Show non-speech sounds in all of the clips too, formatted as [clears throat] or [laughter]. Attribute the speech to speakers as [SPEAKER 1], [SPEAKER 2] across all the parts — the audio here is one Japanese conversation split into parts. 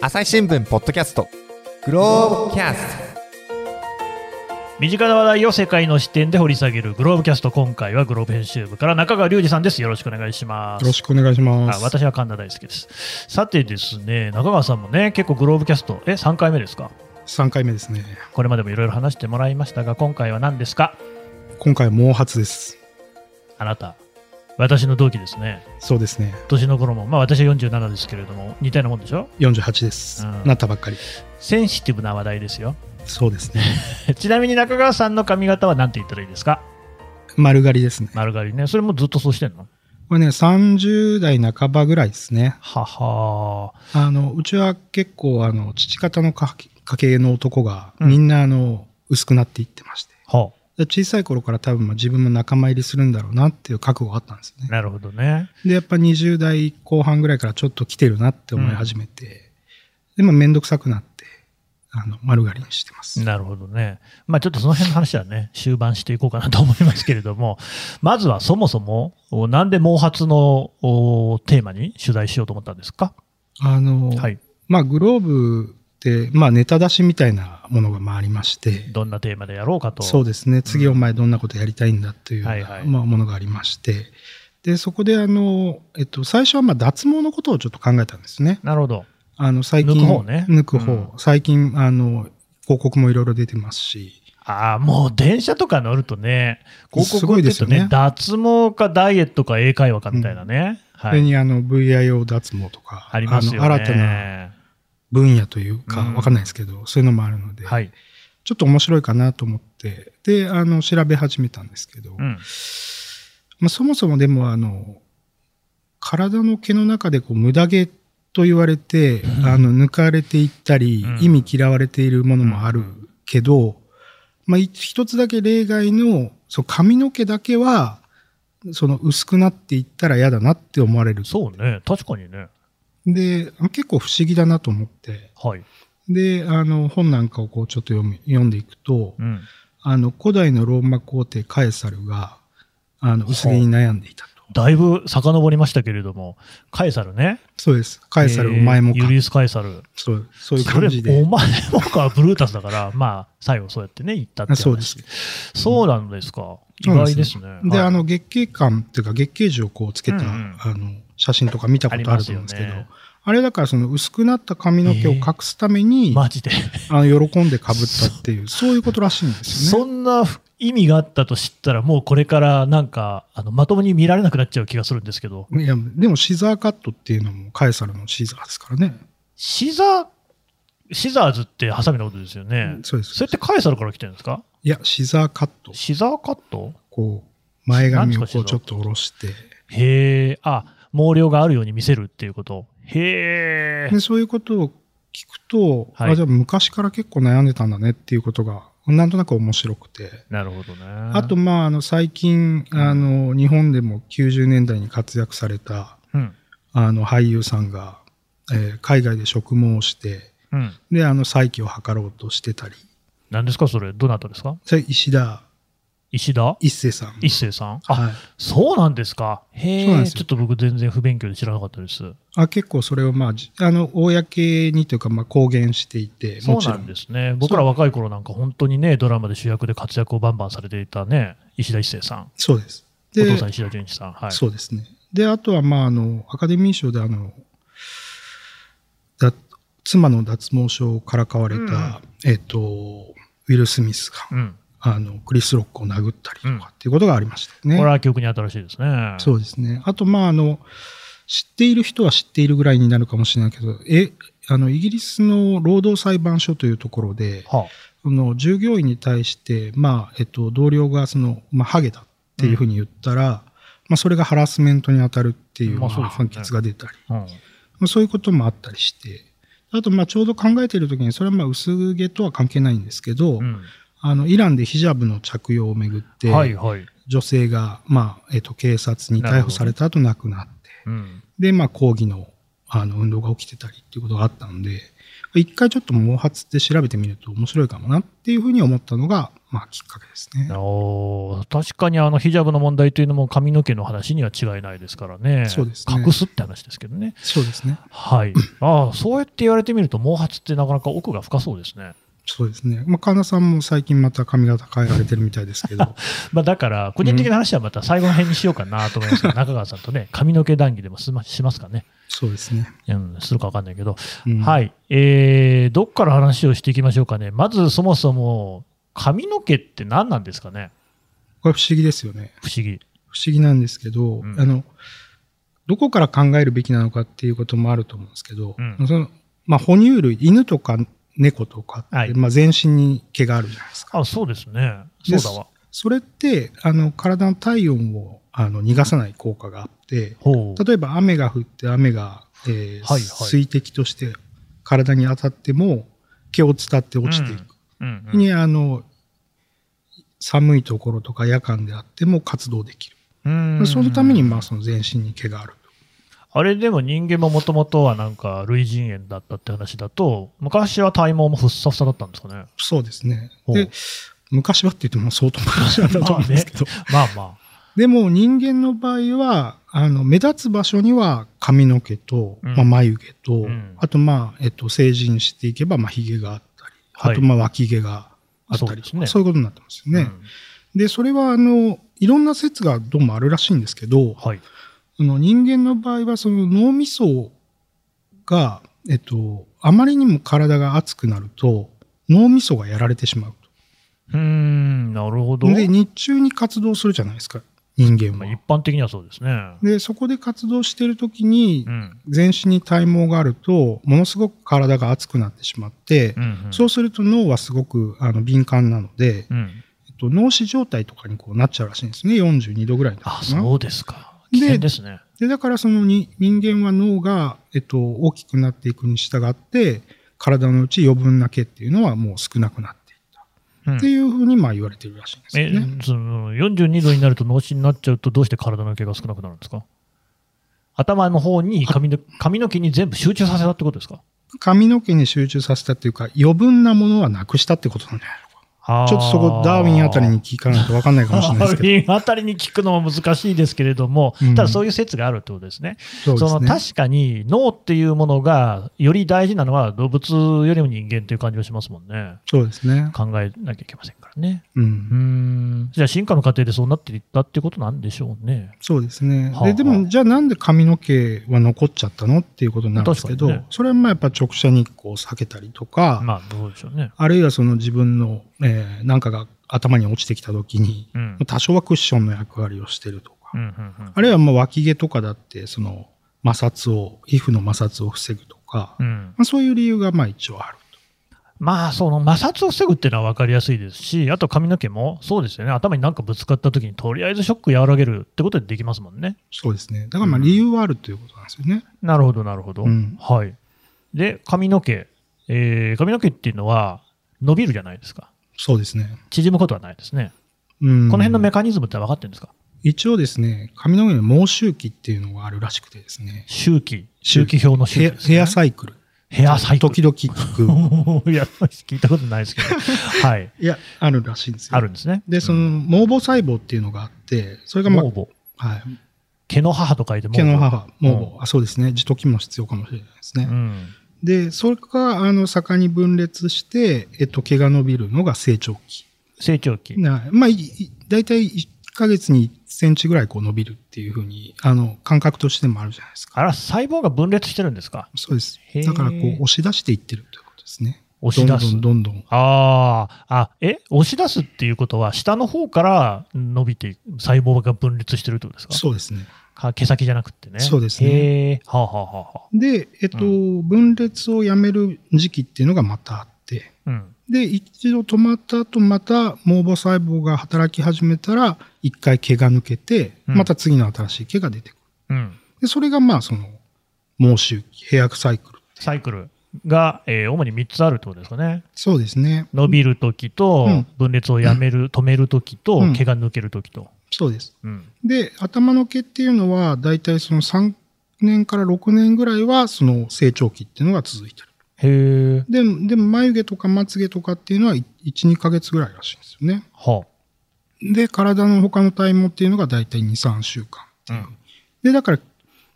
[SPEAKER 1] 朝日新聞ポッドキャストグローブキャスト
[SPEAKER 2] 身近な話題を世界の視点で掘り下げるグローブキャスト今回はグローブ編集部から中川隆二さんですよろしくお願いします
[SPEAKER 3] よろしくお願いしま
[SPEAKER 2] あ
[SPEAKER 3] す。
[SPEAKER 2] 私は神田大好きですさてですね中川さんもね結構グローブキャストえ3回目ですか
[SPEAKER 3] 3回目ですね。
[SPEAKER 2] これまでもいろいろ話してもらいましたが今回は何ですか
[SPEAKER 3] 今回は毛髪です。
[SPEAKER 2] あなた私の同期ですね
[SPEAKER 3] そうですね。
[SPEAKER 2] 年の頃もまあ私は47ですけれども似たようなもんでしょ
[SPEAKER 3] 48です。
[SPEAKER 2] うん
[SPEAKER 3] なったばっかり。
[SPEAKER 2] センシティブな話題ですよ [laughs]
[SPEAKER 3] そうですね。
[SPEAKER 2] ちなみに中川さんの髪型は何て言ったらいいですか
[SPEAKER 3] 丸刈りですね。
[SPEAKER 2] 丸刈りねそれもずっとそうしてんの
[SPEAKER 3] これね、30代半ばぐらいですね。
[SPEAKER 2] はは
[SPEAKER 3] あの、うちは結構、あの、父方の家家系の男が、
[SPEAKER 2] うん
[SPEAKER 3] みんな、あの、薄くなっていってまして。
[SPEAKER 2] は
[SPEAKER 3] で小さい頃から多分まあ自分も仲間入りするんだろうなっていう覚悟があったんですよ
[SPEAKER 2] あ
[SPEAKER 3] ね。
[SPEAKER 2] なるほどね
[SPEAKER 3] で、やっぱ20代後半ぐらいからちょっと来てるなって思い始めて、で、まあめんどくさくなって、あの、丸刈りにしてます。
[SPEAKER 2] なるほどね。まあちょっとその辺の話はね、終盤していこうかなと思いますけれども、まずはそもそも、おなんで毛髪のおテーマに取材しようと思ったんですか
[SPEAKER 3] あの、
[SPEAKER 2] はい。
[SPEAKER 3] まあ、グローブって、まあ、ネタ出しみたいなものがまあありまして、
[SPEAKER 2] どんなテーマでやろうかと。
[SPEAKER 3] そうですね、次お前どんなことやりたいんだっていうような
[SPEAKER 2] はいはい
[SPEAKER 3] まあ、ものがありまして、で、そこで、あの、えっと、最初はまあ脱毛のことをちょっと考えたんですね。
[SPEAKER 2] なるほど。
[SPEAKER 3] あの、最近、
[SPEAKER 2] 抜く方ね
[SPEAKER 3] 抜く方
[SPEAKER 2] うん
[SPEAKER 3] 最近、あの、広告もいろいろ出てますし、
[SPEAKER 2] ああ、もう電車とか乗るとね、広告
[SPEAKER 3] すごい
[SPEAKER 2] っ
[SPEAKER 3] で
[SPEAKER 2] て
[SPEAKER 3] すよ
[SPEAKER 2] ね
[SPEAKER 3] ね
[SPEAKER 2] 脱毛かダイエットか英会話かみたいなね。は
[SPEAKER 3] それ
[SPEAKER 2] い。
[SPEAKER 3] にあの、VIO 脱毛とか、
[SPEAKER 2] ありますよね。
[SPEAKER 3] の新たな分野というか、
[SPEAKER 2] うん
[SPEAKER 3] わかんないですけど、そういうのもあるので、
[SPEAKER 2] はい。
[SPEAKER 3] ちょっと面白いかなと思って、で、あの、調べ始めたんですけど、
[SPEAKER 2] うん。
[SPEAKER 3] まあ、そもそもでもあの体の毛の中でこう無駄毛と言われて、あの抜かれていったり、
[SPEAKER 2] うん
[SPEAKER 3] 意味嫌われているものもあるけど、まあ、い一つだけ例外のそう髪の毛だけはその薄くなっていったら嫌だなって思われる
[SPEAKER 2] そうね。確かにね。
[SPEAKER 3] で結構不思議だなと思って
[SPEAKER 2] はい。
[SPEAKER 3] であの本なんかをこうちょっと読み読んでいくと、
[SPEAKER 2] うん。
[SPEAKER 3] あの古代のローマ皇帝カエサルがあの薄毛に悩んでいたと。
[SPEAKER 2] だいぶ遡りましたけれども、カエサルね。
[SPEAKER 3] そうです。カエサル、お前も
[SPEAKER 2] えーユ
[SPEAKER 3] か。
[SPEAKER 2] リウス・カエサル。
[SPEAKER 3] そう、そういう感じ
[SPEAKER 2] それ
[SPEAKER 3] で
[SPEAKER 2] お。前もか、ブルータスだから、まあ、最後そうやってね、言ったって
[SPEAKER 3] あ
[SPEAKER 2] 話
[SPEAKER 3] そうです。。
[SPEAKER 2] そうなんですか。意
[SPEAKER 3] そうなん
[SPEAKER 2] 外
[SPEAKER 3] です
[SPEAKER 2] ですね。
[SPEAKER 3] で、
[SPEAKER 2] はい
[SPEAKER 3] あ、の、月桂冠っていうか、月桂樹をこうつけた、
[SPEAKER 2] うんうん
[SPEAKER 3] あの、写真とか見たことあると思うんですけ
[SPEAKER 2] あ
[SPEAKER 3] ど、
[SPEAKER 2] り
[SPEAKER 3] あ
[SPEAKER 2] ますよね
[SPEAKER 3] れだからその薄くなった髪の毛を隠すために、
[SPEAKER 2] マジで。
[SPEAKER 3] あの、喜んで被ったっていう、そういうことらしいんですよ
[SPEAKER 2] そ
[SPEAKER 3] ね。
[SPEAKER 2] んな意味があったと知ったら、もうこれからなんか、あのまともに見られなくなっちゃう気がするんですけど、
[SPEAKER 3] いや、でもシザーカットっていうのもカエサルのシザーですからね。
[SPEAKER 2] シザー、シザーズってハサミのことですよね。
[SPEAKER 3] そうです。
[SPEAKER 2] それってカエサルから来てるんですか
[SPEAKER 3] いや、シザーカット。
[SPEAKER 2] シザーカット
[SPEAKER 3] こう、前髪を
[SPEAKER 2] なん
[SPEAKER 3] こう
[SPEAKER 2] ですかシザー
[SPEAKER 3] ちょっと下ろして、
[SPEAKER 2] へえ、あ、毛量があるように見せるっていうこと。へえ
[SPEAKER 3] で、そういうことを聞くと、
[SPEAKER 2] はい
[SPEAKER 3] あじゃあ昔から結構悩んでたんだねっていうことが、なんとなく面白くて。
[SPEAKER 2] なるほどね。
[SPEAKER 3] あと、、まあ、あの、最近、あの、日本でも90年代に活躍された、
[SPEAKER 2] うん。
[SPEAKER 3] あの、俳優さんが、えー海外で植毛をして、
[SPEAKER 2] うん。
[SPEAKER 3] で、あの、再起を図ろうとしてたり、
[SPEAKER 2] 何ですかそれ、どなたですか
[SPEAKER 3] それ石田
[SPEAKER 2] 石田
[SPEAKER 3] 一世さん。
[SPEAKER 2] 一生さんあ、
[SPEAKER 3] はい。
[SPEAKER 2] そうなんですか。へ
[SPEAKER 3] そうなん
[SPEAKER 2] え、
[SPEAKER 3] ですよ
[SPEAKER 2] ちょっと僕全然不勉強で知らなかったです。
[SPEAKER 3] あ結構それを、まあじ、あの、公にというか、まあ、公言していて、
[SPEAKER 2] そ
[SPEAKER 3] も
[SPEAKER 2] う
[SPEAKER 3] ちろ。
[SPEAKER 2] なんんですね。僕ら若い頃なんか本当にね、ドラマで主役で活躍をバンバンされていたね、石田一生さん。
[SPEAKER 3] そうです。
[SPEAKER 2] お
[SPEAKER 3] で、
[SPEAKER 2] 父さん石田純一さん。はい。
[SPEAKER 3] そうですね。で、あとは、まあ、あの、アカデミー賞で、あの、だ妻の脱毛症からかわれた、
[SPEAKER 2] うん
[SPEAKER 3] えっ、と、ウィル・スミスが、
[SPEAKER 2] うん。
[SPEAKER 3] あの、クリス・ロックを殴ったりとかっていうことがありましたよね。
[SPEAKER 2] これは記憶に新しいですね。
[SPEAKER 3] そうですね。あと、まあ、あの、知っている人は知っているぐらいになるかもしれないけど、え、あの、イギリスの労働裁判所というところで、
[SPEAKER 2] は
[SPEAKER 3] あの従業員に対して、まあえっと、同僚がその、まあ、ハゲだっていうふうに言ったら、まあ、それがハラスメントに当たるっていう、
[SPEAKER 2] ま
[SPEAKER 3] ま
[SPEAKER 2] あ
[SPEAKER 3] あ
[SPEAKER 2] そうですよね
[SPEAKER 3] 判決が出たり、
[SPEAKER 2] あ。うん。
[SPEAKER 3] まあ、そういうこともあったりしてあとまあちょうど考えている時にそれはまあ薄毛とは関係ないんですけど、
[SPEAKER 2] うん
[SPEAKER 3] あのイランでヒジャブの着用をめぐって、
[SPEAKER 2] はいはい。
[SPEAKER 3] 女性が、まあえっと、警察に逮捕された後亡くなって
[SPEAKER 2] うん。
[SPEAKER 3] で、まあ、抗議のあの運動が起きてたりっていうことがあったので、一回ちょっと毛髪って調べてみると面白いかもなっていうふうに思ったのが、まあ、きっかけですね。
[SPEAKER 2] おー確かにあのヒジャブの問題というのも髪の毛の話には違いないですからね、
[SPEAKER 3] そうですね
[SPEAKER 2] 隠すって話ですけどね、
[SPEAKER 3] そうですね。
[SPEAKER 2] はい、
[SPEAKER 3] [clears throat]
[SPEAKER 2] ああそうやって言われてみると、毛髪ってなかなか奥が深そうですね。
[SPEAKER 3] そうですね。まあ、神田さんも最近また髪型変えられてるみたいですけ
[SPEAKER 2] [laughs]
[SPEAKER 3] ど、
[SPEAKER 2] まあ、だから、個人的な話はまた最後の辺にしようかなと思いますけど、
[SPEAKER 3] [laughs]
[SPEAKER 2] 中川さんとね、髪の毛談義でもしましますかね、
[SPEAKER 3] そうですね。
[SPEAKER 2] うん、するか分かんないけど、
[SPEAKER 3] うん
[SPEAKER 2] はい、えー、どっから話をしていきましょうかね、まずそもそも髪の毛って何なんですかね、
[SPEAKER 3] これ不思議ですよね。
[SPEAKER 2] 不思議。
[SPEAKER 3] 不思議なんですけど、
[SPEAKER 2] うん
[SPEAKER 3] あの、どこから考えるべきなのかっていうこともあると思うんですけど、
[SPEAKER 2] うん
[SPEAKER 3] その、まあ、哺乳類、犬とか猫とかって、
[SPEAKER 2] はい
[SPEAKER 3] まあ、全身に毛があるじゃないですか。
[SPEAKER 2] あそうですね、そ
[SPEAKER 3] で
[SPEAKER 2] うだわ。
[SPEAKER 3] それって、あの、体の体温を、あの、逃がさない効果があって、
[SPEAKER 2] ほう
[SPEAKER 3] 例えば雨が降って雨が、えー
[SPEAKER 2] はいはい
[SPEAKER 3] 水滴として体に当たっても、毛を伝って落ちていく。
[SPEAKER 2] うんうん
[SPEAKER 3] に、あの、寒いところとか夜間であっても活動できる。
[SPEAKER 2] うん
[SPEAKER 3] そのために、まあ、その全身に毛がある。
[SPEAKER 2] あれでも人間ももともとはなんか類人猿だったって話だと、昔は体毛もふっさふさだったんですかね。
[SPEAKER 3] そうですね。
[SPEAKER 2] ほう
[SPEAKER 3] で、昔はって言っても相当昔なんだと思うんですけど。
[SPEAKER 2] まあま
[SPEAKER 3] でも人間の場合は、あの、目立つ場所には髪の毛と、
[SPEAKER 2] うん
[SPEAKER 3] まあ、眉毛と、
[SPEAKER 2] ん
[SPEAKER 3] あと、まあ、えっと、成人していけば、まあ、髭があったり、
[SPEAKER 2] はい
[SPEAKER 3] あと、まあ、脇毛があったりとか、
[SPEAKER 2] そうです
[SPEAKER 3] そう,、
[SPEAKER 2] ね
[SPEAKER 3] いうことになってます
[SPEAKER 2] あ。
[SPEAKER 3] よね。
[SPEAKER 2] うん
[SPEAKER 3] で、それは、あの、いろんな説がどうもあるらしいんですけど、
[SPEAKER 2] はい。
[SPEAKER 3] あの人間の場合はその脳みそが、えっと、あまりにも体が熱くなると脳みそがやられてしまう
[SPEAKER 2] うーん、なるほど。
[SPEAKER 3] と。で
[SPEAKER 2] ま
[SPEAKER 3] 日中に活動するじゃないですか人間
[SPEAKER 2] あ一
[SPEAKER 3] は。
[SPEAKER 2] 般的にはそうですね。
[SPEAKER 3] でそこで活動してる時に
[SPEAKER 2] うん。
[SPEAKER 3] 全身に体毛があるとものすごく体が熱くなってしまって
[SPEAKER 2] う、ん、うん。
[SPEAKER 3] そうすると脳はすごくあの敏感なので、
[SPEAKER 2] うん。
[SPEAKER 3] えっと、脳死状態とかにこうなっちゃうらしいんですね42度ぐらいになる
[SPEAKER 2] あ、
[SPEAKER 3] かな。
[SPEAKER 2] そうですか。危険ですね。
[SPEAKER 3] で、だからそのに人間は脳が、えっと、大きくなっていくに従って、体のうち余分な毛っていうのはもう少なくなっていった。
[SPEAKER 2] うん
[SPEAKER 3] っていうふうにまあ言われてるらしいんです
[SPEAKER 2] え
[SPEAKER 3] よね。、
[SPEAKER 2] その42度になると脳死になっちゃうと、どうして体の毛が少なくなるんですか頭の方に髪の髪の毛に全部集中させたってことですか
[SPEAKER 3] 髪の毛に集中させたっていうか、余分なものはなくしたってことなんじゃないのか。
[SPEAKER 2] あー
[SPEAKER 3] ちょっとそこ、ダーウィンあたりに聞かないと分かんないかもしれないですけ
[SPEAKER 2] ああたりに聞くのも難しいですけれども、
[SPEAKER 3] うん
[SPEAKER 2] ただそういう説があるってことですね。
[SPEAKER 3] ど。
[SPEAKER 2] [laughs] そ
[SPEAKER 3] そ
[SPEAKER 2] の
[SPEAKER 3] うですね。
[SPEAKER 2] 確かに脳っていうものがより大事なのは動物よりも人間という感じがしますもんね。
[SPEAKER 3] そうですね。
[SPEAKER 2] 考えなきゃいけませんからね。
[SPEAKER 3] う
[SPEAKER 2] うんー。ん。じゃあ進化の過程でそうなっていったってことなんでしょうね。
[SPEAKER 3] そうですね。
[SPEAKER 2] はあはあ
[SPEAKER 3] で、でも、じゃあなんで髪の毛は残っちゃったのっていうことになるんですけど、
[SPEAKER 2] 確かにね
[SPEAKER 3] それはまあやっぱ直射日光を避けたりとか、
[SPEAKER 2] まあどうでしょうね。
[SPEAKER 3] あるいはその自分の、えーなんかが頭に落ちてきた時に、
[SPEAKER 2] うん。
[SPEAKER 3] 多少はクッションの役割をしてるとか、
[SPEAKER 2] うんうんうん
[SPEAKER 3] あるいはまあ脇毛とかだって、その摩擦を、皮膚の摩擦を防ぐとか、
[SPEAKER 2] うん
[SPEAKER 3] まあ、そういう理由がまあ一応あると。
[SPEAKER 2] まあ、その摩擦を防ぐっていうのは分かりやすいですし、あと髪の毛もそうですよね、頭になんかぶつかった時に、とりあえずショック和らげるってことでできますもんね。
[SPEAKER 3] そうですね。だからまあ理由はあるということなんですよね。
[SPEAKER 2] なるほど、なるほど。
[SPEAKER 3] うん
[SPEAKER 2] はい。で、髪の毛。えー髪の毛っていうのは、伸びるじゃないですか。
[SPEAKER 3] そうですね。
[SPEAKER 2] 縮むことはないですね。
[SPEAKER 3] うん。
[SPEAKER 2] この辺のメカニズムって分かってるんですか
[SPEAKER 3] 一応ですね、髪の毛に毛周期っていうのがあるらしくてですね、
[SPEAKER 2] 周期。周
[SPEAKER 3] 周期
[SPEAKER 2] 期表の周期
[SPEAKER 3] ヘア
[SPEAKER 2] です、ね。
[SPEAKER 3] ヘアサイクル。
[SPEAKER 2] ヘアサイクル。
[SPEAKER 3] 時々聞
[SPEAKER 2] [laughs]
[SPEAKER 3] く。
[SPEAKER 2] いや、聞いたことないですけど。
[SPEAKER 3] [laughs]
[SPEAKER 2] はい。
[SPEAKER 3] いや、あるらしいんですよ。
[SPEAKER 2] あるんですね。
[SPEAKER 3] で、その、毛母細胞っていうのがあって、それが
[SPEAKER 2] うん、
[SPEAKER 3] ま
[SPEAKER 2] 毛母。
[SPEAKER 3] あ、はい、
[SPEAKER 2] 毛の母と書いて毛
[SPEAKER 3] 毛の母、
[SPEAKER 2] うん
[SPEAKER 3] もう、あそうですね、地時も必要かもしれないですね。
[SPEAKER 2] うん。
[SPEAKER 3] で、それが、あの、盛んに分裂して、えっと、毛が伸びるのが成長期。
[SPEAKER 2] 成長期。
[SPEAKER 3] なまあ、いい大体1ヶ月に1センチぐらいこう伸びるっていうふうに、あの、感覚としてもあるじゃないですか。
[SPEAKER 2] あら、細胞が分裂してるんですか
[SPEAKER 3] そうです
[SPEAKER 2] へー。
[SPEAKER 3] だから、こう、押し出していってるということですね。
[SPEAKER 2] 押し出す
[SPEAKER 3] どんどんどんどん。
[SPEAKER 2] ああ、あ、え、押し出すっていうことは、下の方から伸びていく、細胞が分裂してるってことですか
[SPEAKER 3] そうですね。
[SPEAKER 2] か毛先じゃなくってね。
[SPEAKER 3] そうですね
[SPEAKER 2] へえ、はあ、はあはあはあ、
[SPEAKER 3] で、えっと、
[SPEAKER 2] う
[SPEAKER 3] 分裂をやめる時期っていうのがまたあって、
[SPEAKER 2] うん。
[SPEAKER 3] で、一度止まった後、また毛母細胞が働き始めたら、一回毛が抜けて、
[SPEAKER 2] うん
[SPEAKER 3] また次の新しい毛が出てくる。
[SPEAKER 2] うん。
[SPEAKER 3] で、それがまあ、その、毛周期、ヘアサイクル。
[SPEAKER 2] サイクルが、えー主に3つあるってことですかね。
[SPEAKER 3] そうですね。
[SPEAKER 2] 伸びるときと
[SPEAKER 3] うん、
[SPEAKER 2] 分裂をやめる、止めるときと
[SPEAKER 3] う、ん
[SPEAKER 2] 毛が抜けるときと。
[SPEAKER 3] そうです。
[SPEAKER 2] うん。
[SPEAKER 3] で、頭の毛っていうのは、だいたいその3年から6年ぐらいは、その成長期っていうのが続いてる。
[SPEAKER 2] へえ。
[SPEAKER 3] でも、でも眉毛とかまつ毛とかっていうのは1、2ヶ月ぐらいらしいんですよね。
[SPEAKER 2] は
[SPEAKER 3] で、体の他の体毛っていうのが大体2、3週間。
[SPEAKER 1] うん
[SPEAKER 3] で、だから、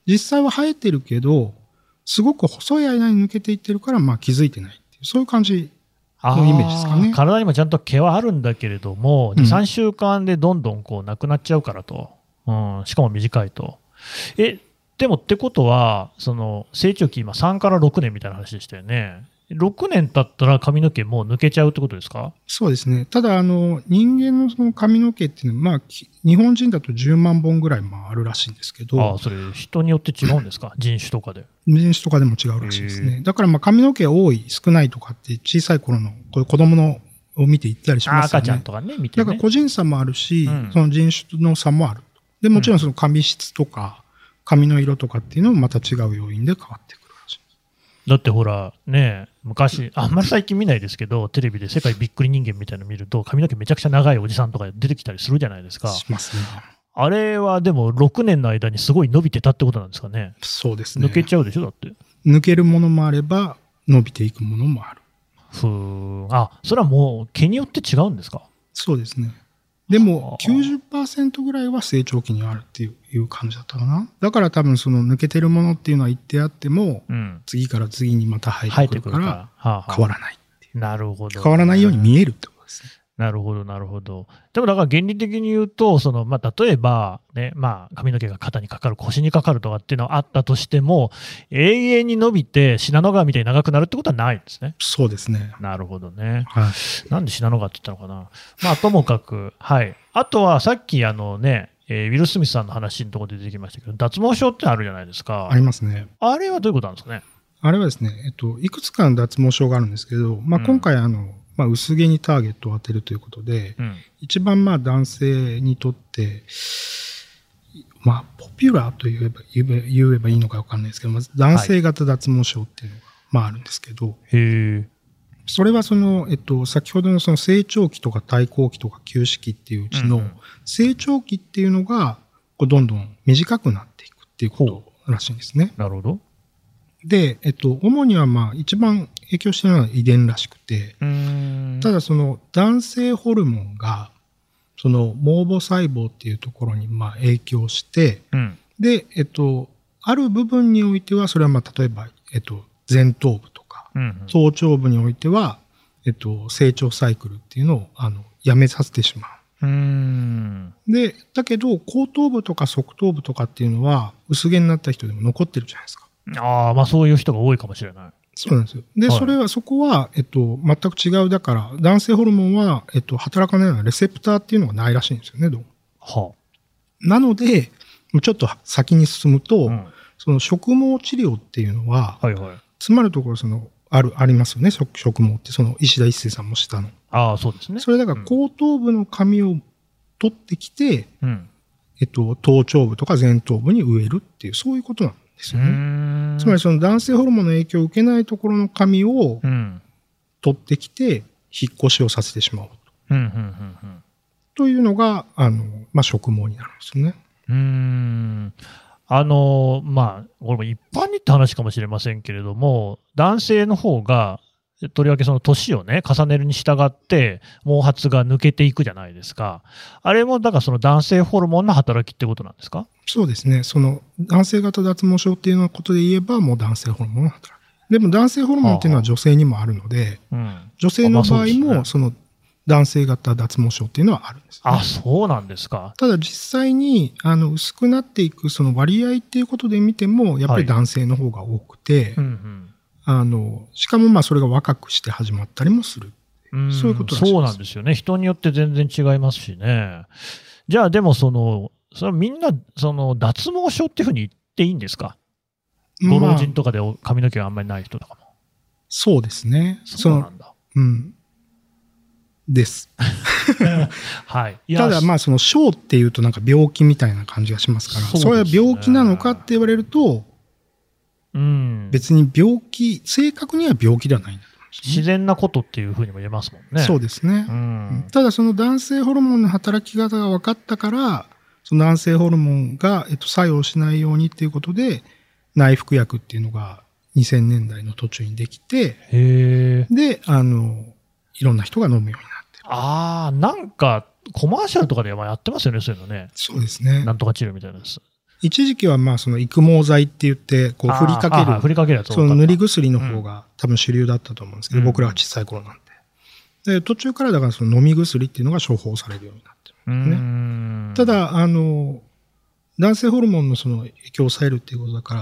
[SPEAKER 3] 実際は生えてるけど、すごく細い間に抜けていってるから、まあ気づいてないっていう、そういう感じ。
[SPEAKER 2] あ。
[SPEAKER 3] のイメージですかね
[SPEAKER 2] あ体にもちゃんと毛はあるんだけれども、
[SPEAKER 3] うん
[SPEAKER 2] 2、3週間でどんどんこうなくなっちゃうからと、うん、しかも短いと。え、でもってことは、その成長期、今、3から6年みたいな話でしたよね。6年経ったら髪の毛もう抜けちゃうってことですか
[SPEAKER 3] そうですね。ただ、あの、人間のその髪の毛っていうのは、まあ、き日本人だと10万本ぐらいまああるらしいんですけ
[SPEAKER 2] ああ、
[SPEAKER 3] ど、
[SPEAKER 2] それ、人によって違うんですか、人種とかで。
[SPEAKER 3] 人種とかでも違うらしいです
[SPEAKER 1] へ
[SPEAKER 3] ね。だから、まあ髪の毛多い、少ないとかって小さい頃の、こういう子供のを見ていったりし
[SPEAKER 2] ああ
[SPEAKER 3] ます
[SPEAKER 2] 赤
[SPEAKER 3] よね。
[SPEAKER 2] ちゃんとかね、見て
[SPEAKER 3] だ
[SPEAKER 2] ね。
[SPEAKER 3] から個人差もあるし、
[SPEAKER 1] うん
[SPEAKER 3] その人種の差もある。で、もちろんその髪質とか、髪の色とかっていうのもまた違う要因で変わってくるらしい。
[SPEAKER 2] だってほら、ねえ、昔、あんまり最近見ないですけど、テレビで世界びっくり人間みたいなの見ると、髪の毛めちゃくちゃ長いおじさんとか出てきたりするじゃないですか。
[SPEAKER 3] しますね。
[SPEAKER 2] あれはでも、6年の間にすごい伸びてたってことなんですかね。
[SPEAKER 3] そうですね。
[SPEAKER 2] 抜けちゃうでしょ、だって。
[SPEAKER 3] 抜けるものもあれば、伸びていくものもある。
[SPEAKER 2] ふーん。あ、それはもう、毛によって違うんですか。
[SPEAKER 3] そうですね。でも
[SPEAKER 2] はあ
[SPEAKER 3] 90%ぐらいは成長期にあるっていういう感じだったかな。だから多分その抜けてるものっていうのは一定あっても、
[SPEAKER 2] うん。
[SPEAKER 3] 次から次にまた生
[SPEAKER 2] 生
[SPEAKER 3] え
[SPEAKER 2] え
[SPEAKER 3] てく
[SPEAKER 2] て
[SPEAKER 3] る
[SPEAKER 2] くる
[SPEAKER 3] か
[SPEAKER 2] から。
[SPEAKER 3] ら
[SPEAKER 2] はあはあ
[SPEAKER 3] 変わらない。
[SPEAKER 2] なるほど。
[SPEAKER 3] 変わらないように見えるってことですね。
[SPEAKER 2] なるほど、なるほど。でもだから原理的に言うと、そのまあ、例えば、ねまあ、髪の毛が肩にかかる、腰にかかるとかっていうのはあったとしても、永遠に伸びて、信濃川みたいに長くなるってことはないんですね。
[SPEAKER 3] そうですね。
[SPEAKER 2] なるほどね。
[SPEAKER 3] はい。
[SPEAKER 2] なんで信濃川って言ったのかな。まあ、ともかく、はい。あとはさっき、あのね、えーウィル・スミスさんの話のところで出てきましたけど、脱毛症ってあるじゃないですか。
[SPEAKER 3] ありますね。
[SPEAKER 2] あれはどういうことなんですかね。
[SPEAKER 3] あれはですね、えっと、いくつかの脱毛症があるんですけど、まあ、
[SPEAKER 2] うん
[SPEAKER 3] 今回あの、まあ、薄毛にターゲットを当てるということで、
[SPEAKER 2] うん。
[SPEAKER 3] 一番まあ男性にとって、まあ、ポピュラーと言えば言えば言えばいいのか分かんないですけど、まず男性型脱毛症っていうのが、まあ、あるんですけど、
[SPEAKER 2] へえ。
[SPEAKER 3] それはその、えっと、先ほどのその成長期とか対抗期とか休止期っていううち
[SPEAKER 1] うん
[SPEAKER 3] の
[SPEAKER 1] うん
[SPEAKER 3] 成長期っていうのが、こうどんどん短くなっていくっていうことらしいんですね。
[SPEAKER 2] なるほど。
[SPEAKER 3] で、えっと、主にはまあ一番影響してるのは遺伝らしくて、
[SPEAKER 1] うん
[SPEAKER 3] ただその男性ホルモンが、その毛母細胞っていうところにまあ影響して、
[SPEAKER 1] うん
[SPEAKER 3] で、えっと、ある部分においては、それはまあ例えば、えっと、前頭部とか、
[SPEAKER 1] うん
[SPEAKER 3] 頭頂部においては、えっと、成長サイクルっていうのを、あの、やめさせてしまう。
[SPEAKER 1] うん
[SPEAKER 3] で、だけど、後頭部とか側頭部とかっていうのは、薄毛になった人でも残ってるじゃないですか。
[SPEAKER 2] ああ、まあそういう人が多いかもしれない。
[SPEAKER 3] そうなんですよ。で、
[SPEAKER 2] はい
[SPEAKER 3] それは、そこは、えっと、全く違う。だから、男性ホルモンは、えっと、働かないようなレセプターっていうのがないらしいんですよね、どうも
[SPEAKER 2] は
[SPEAKER 3] なので、ちょっと先に進むと、
[SPEAKER 1] うん
[SPEAKER 3] その植毛治療っていうのは、
[SPEAKER 2] あ。はいはい。
[SPEAKER 3] つまるところ、その、ある、ありますよね、植植毛って、その、石田一生さんもしたの。
[SPEAKER 2] ああ、そうですね。
[SPEAKER 3] それだから、
[SPEAKER 1] うん
[SPEAKER 3] 後頭部の髪を取ってきて、
[SPEAKER 1] うん
[SPEAKER 3] えっと、頭頂部とか前頭部に植えるっていう、そういうことなんですよね。つまり、その男性ホルモンの影響を受けないところの髪を
[SPEAKER 1] うん
[SPEAKER 3] 取ってきて、引っ越しをさせてしまおう
[SPEAKER 1] うんうんうん
[SPEAKER 3] というのが、あの、まあ、植毛になるんですよね。
[SPEAKER 2] うーんあのまあ、これも一般にって話かもしれませんけれども、男性の方が、とりわけその年をね、重ねるに従って、毛髪が抜けていくじゃないですか。あれも、だからその男性ホルモンの働きってことなんですか
[SPEAKER 3] そうですね。その、男性型脱毛症っていうのことで言えば、もう男性ホルモンの働き。でも男性ホルモンっていうのは女性にもあるので、
[SPEAKER 1] うん
[SPEAKER 3] 女性の場合
[SPEAKER 2] あまあ
[SPEAKER 3] も、その、男性型脱毛症っていうのはあるんです、
[SPEAKER 2] あ、そうなんですか。
[SPEAKER 3] ただ実際に、あの、薄くなっていく、その割合っていうことで見ても、やっぱ
[SPEAKER 2] はい
[SPEAKER 3] り男性の方が多くて、
[SPEAKER 1] うん
[SPEAKER 3] あの、しかもまあそれが若くして始まったりもする。
[SPEAKER 1] うん
[SPEAKER 3] そういうことらしいです
[SPEAKER 2] そうなんですよね。人によって全然違いますしね。じゃあ、でもその、それはみんな、その、脱毛症っていうふうに言っていいんですかご
[SPEAKER 3] ま
[SPEAKER 2] 老
[SPEAKER 3] あ
[SPEAKER 2] 人とかでお髪の毛があんまりない人とかも。
[SPEAKER 3] そうですね。そ
[SPEAKER 2] そうな
[SPEAKER 3] の、
[SPEAKER 2] んだ。
[SPEAKER 3] うん。です。
[SPEAKER 2] はい。いや
[SPEAKER 3] ただまあその症っていうとなんか病気みたいな感じがしますから、
[SPEAKER 2] そうですね
[SPEAKER 3] それは病気なのかって言われると、
[SPEAKER 2] うん、
[SPEAKER 3] 別に病気、正確には病気ではないんだと思うんです
[SPEAKER 2] 自
[SPEAKER 3] ね、
[SPEAKER 2] 然なことっていうふうにも言えますもんね。
[SPEAKER 3] そうですね
[SPEAKER 1] う、ん
[SPEAKER 3] ただその男性ホルモンの働き方が分かったから、その男性ホルモンが、えっと、作用しないようにっていうことで、内服薬っていうのが2000年代の途中にできて、
[SPEAKER 2] へえ。
[SPEAKER 3] で、あの、いろんな人が飲むようになってる。
[SPEAKER 2] あー、なんか、コマーシャルとかでやってますよね、そういうのね。
[SPEAKER 3] そうですね
[SPEAKER 2] な。んとか治療みたいなやつ。
[SPEAKER 3] 一時期はまあその育毛剤って言って、こう振りか
[SPEAKER 2] あーはい振
[SPEAKER 3] ける、
[SPEAKER 2] りかけるやつ。
[SPEAKER 3] その塗り
[SPEAKER 2] ぐ
[SPEAKER 3] 薬の方が多分主流だったと思うんですけど、
[SPEAKER 2] うん
[SPEAKER 3] 僕らが小さい頃なんて。で、途中からだからその飲み薬っていうのが処方されるようになってる。
[SPEAKER 2] ね
[SPEAKER 3] た、だ、あの、男性ホルモンのその影響を抑えるっていうことだから、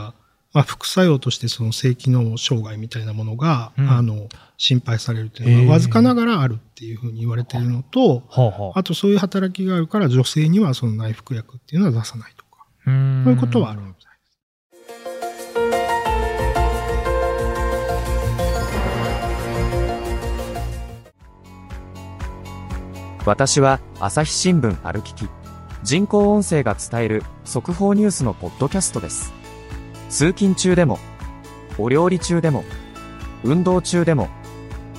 [SPEAKER 3] まあ、副作用としてその性機能障害みたいなものが、
[SPEAKER 2] うん
[SPEAKER 3] あの、心配されるというの
[SPEAKER 2] へー
[SPEAKER 3] は、わずかながらあるっていうふうに言われているのと、
[SPEAKER 2] ほうほう。
[SPEAKER 3] あとそういう働きがあるから、女性にはその内服薬っていうのは出さないとか、
[SPEAKER 2] うーん
[SPEAKER 3] そういうことはあるみたいです。
[SPEAKER 4] 私は朝日新聞歩きき人工音声が伝える速報ニュースのポッドキャストです通勤中でもお料理中でも運動中でも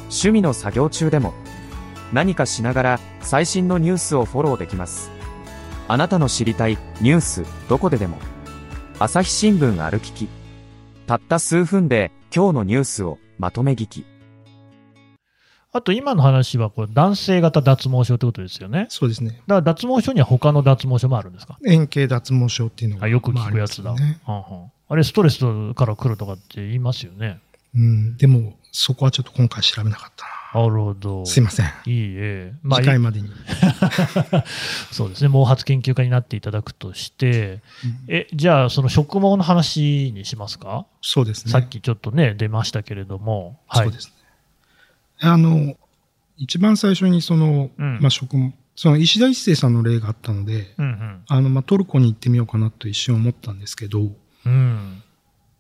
[SPEAKER 4] 趣味の作業中でも何かしながら最新のニュースをフォローできますあなたの知りたいニュースどこででも朝日新聞歩ききたった数分で今日のニュースをまとめ聞き
[SPEAKER 2] あと今の話はこれ男性型脱毛症ってことですよね。
[SPEAKER 3] そうですね。
[SPEAKER 2] だから脱毛症には他の脱毛症もあるんですか
[SPEAKER 3] 円形脱毛症っていうのが、
[SPEAKER 2] あよく聞くやつだ。
[SPEAKER 3] まああ
[SPEAKER 2] は
[SPEAKER 3] ります
[SPEAKER 2] ん
[SPEAKER 3] よね
[SPEAKER 2] はんあれストレスから来るとかって言いますよね。
[SPEAKER 3] うん、でも、そこはちょっと今回調べなかった
[SPEAKER 2] なるほど。
[SPEAKER 3] な。すいません。
[SPEAKER 2] いいえ。
[SPEAKER 3] 次回までに。
[SPEAKER 2] そうですね。毛髪研究家になっていただくとして、
[SPEAKER 3] うん
[SPEAKER 2] え、じゃあその植毛の話にしますか、
[SPEAKER 3] そうですね。
[SPEAKER 2] さっきちょっとね、出ましたけれども。はい。
[SPEAKER 3] そうですね。あの、一番最初にその、
[SPEAKER 2] うん
[SPEAKER 3] まあ、職務、その石田一生さんの例があったので、
[SPEAKER 2] うん
[SPEAKER 3] あの、まあ、トルコに行ってみようかなと一瞬思ったんですけ
[SPEAKER 2] う
[SPEAKER 3] ど、
[SPEAKER 2] ん。うん。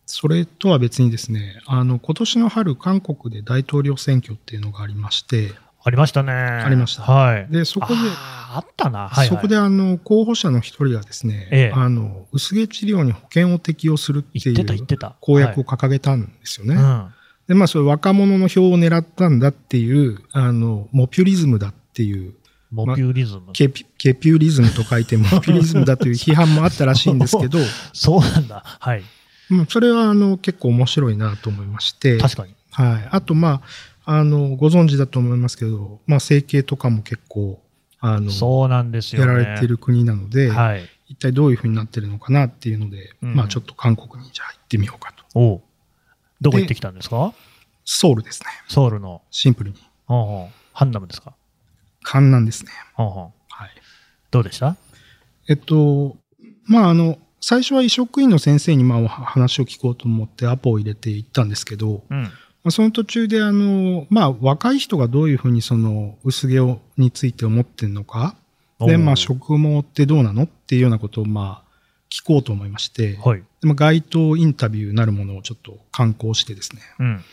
[SPEAKER 3] それとは別にですね、あの、今年の春、韓国で大統領選挙っていうのがありまして、
[SPEAKER 2] ありましたね。あ
[SPEAKER 3] りました
[SPEAKER 2] はい。
[SPEAKER 3] で、そこで、
[SPEAKER 2] あーあったな。はい、はい。
[SPEAKER 3] そこであの、候補者の一人がですね、
[SPEAKER 2] ええ
[SPEAKER 3] あの、薄毛治療に保険を適用するって
[SPEAKER 2] 言ってた
[SPEAKER 3] い
[SPEAKER 2] 言っ
[SPEAKER 3] う
[SPEAKER 2] てた。
[SPEAKER 3] 公約を掲げたんですよね。
[SPEAKER 2] はいうん。
[SPEAKER 3] で、まあ、それ若者の票を狙ったんだっていう、あの、モピュリズムだっていう、
[SPEAKER 2] モピュリズム。
[SPEAKER 3] ケピケピュリズムと書いてモピュリズム
[SPEAKER 2] [laughs]
[SPEAKER 3] だという批判もあったらしいんですけど、
[SPEAKER 2] そうなんだ。はい。
[SPEAKER 3] うんそれはあの結構面白いなと思いまして、
[SPEAKER 2] 確かに。
[SPEAKER 3] はい、あと、まあ、あのご存知だと思いますけど、まあ、整形とかも結構あの、
[SPEAKER 2] そうなんですよ
[SPEAKER 3] や
[SPEAKER 2] ね。
[SPEAKER 3] られている国なので、
[SPEAKER 2] はい。
[SPEAKER 3] 一体どういうふうになってるのかなっていうので、
[SPEAKER 2] うん
[SPEAKER 3] まあ、ちょっと韓国にじゃあ行ってみようかと。
[SPEAKER 2] おうどこ行ってきたんですか
[SPEAKER 3] ソウルですね、
[SPEAKER 2] ソウルの。
[SPEAKER 3] シンプルに。
[SPEAKER 2] ほうほうハンナムですか
[SPEAKER 3] カンナンですね。
[SPEAKER 2] ほうほう
[SPEAKER 3] はい、
[SPEAKER 2] どうでした
[SPEAKER 3] えっと、まあ、あの、最初は移植院の先生に、まあ、お話を聞こうと思ってアポを入れて行ったんですけど、
[SPEAKER 2] うん。
[SPEAKER 3] まあ、その途中で、あの、まあ、若い人がどういうふうにその薄毛をについて思ってるのか、
[SPEAKER 2] お
[SPEAKER 3] で、
[SPEAKER 2] う
[SPEAKER 3] まあ、植毛ってどうなのっていうようなことを、まあ、聞こうと思いまして、で
[SPEAKER 2] はい。
[SPEAKER 3] まあ、街頭インタビューなるものをちょっと刊行してですね。
[SPEAKER 2] うん。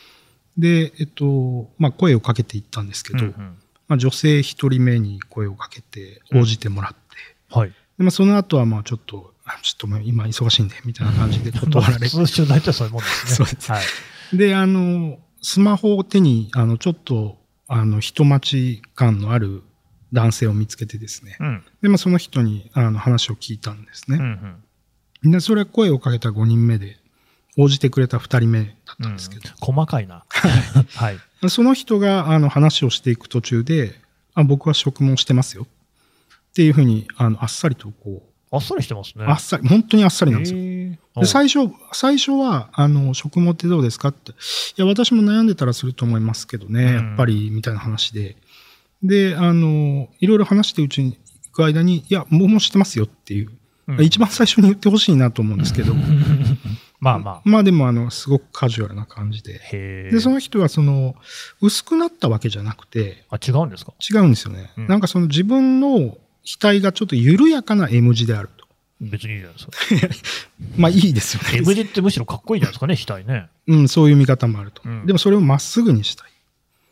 [SPEAKER 3] で、えっと、まあ、声をかけていったんですけ
[SPEAKER 2] うん
[SPEAKER 3] ど、
[SPEAKER 2] うん
[SPEAKER 3] まあ、女性一人目に声をかけて応じてもらって、
[SPEAKER 2] はい。
[SPEAKER 3] でまあ、その後は、まあ、ちょっと、あちょっともう今忙しいんで、みたいな感じで断ら
[SPEAKER 2] まあ
[SPEAKER 3] れ [laughs]
[SPEAKER 2] 普通中大体そういうもんですね。
[SPEAKER 3] そうです
[SPEAKER 2] はい。
[SPEAKER 3] で、あの、スマホを手に、あの、ちょっと、あの、人待ち感のある男性を見つけてですね。
[SPEAKER 2] うん。
[SPEAKER 3] で、まあ、その人に、あの、話を聞いたんです
[SPEAKER 2] うんう
[SPEAKER 3] ね。
[SPEAKER 2] ん。
[SPEAKER 3] で、それは声をかけた5人目で、応じてくれた2人目だったんですけど、
[SPEAKER 2] 細かいな。はい。
[SPEAKER 3] その人が、あの、話をしていく途中で、あ僕は植毛してますよ。っていうふうに、あの、あっさりとこう、
[SPEAKER 2] あっさりしてますね。
[SPEAKER 3] あっさり、本当にあっさりなんですよ。
[SPEAKER 2] へー
[SPEAKER 3] で最初、最初は、あの、食毛ってどうですかって。いや、私も悩んでたらすると思いますけどね、
[SPEAKER 2] うん
[SPEAKER 3] やっぱり、みたいな話で。で、あの、いろいろ話してうちに行く間に、いや、もうもうしてますよっていう。
[SPEAKER 2] うん
[SPEAKER 3] 一番最初に言ってほしいなと思うんですけど。
[SPEAKER 2] まあまあ。
[SPEAKER 3] [laughs] まあでも、あの、すごくカジュアルな感じで。
[SPEAKER 2] へえ。
[SPEAKER 3] で、その人は、その、薄くなったわけじゃなくて、
[SPEAKER 2] あ、違うんですか
[SPEAKER 3] 違うんですよね。
[SPEAKER 2] うん
[SPEAKER 3] なんかその自分の額がちょっと緩やかな M 字であると。
[SPEAKER 2] 別にいいじゃ
[SPEAKER 3] [laughs]
[SPEAKER 2] ないですか。
[SPEAKER 3] まあいいですよね。
[SPEAKER 2] M 字ってむしろかっこいいじゃないですかね、額ね。
[SPEAKER 3] うん、そういう見方もあると。
[SPEAKER 2] うん
[SPEAKER 3] でもそれをまっすぐにしたい。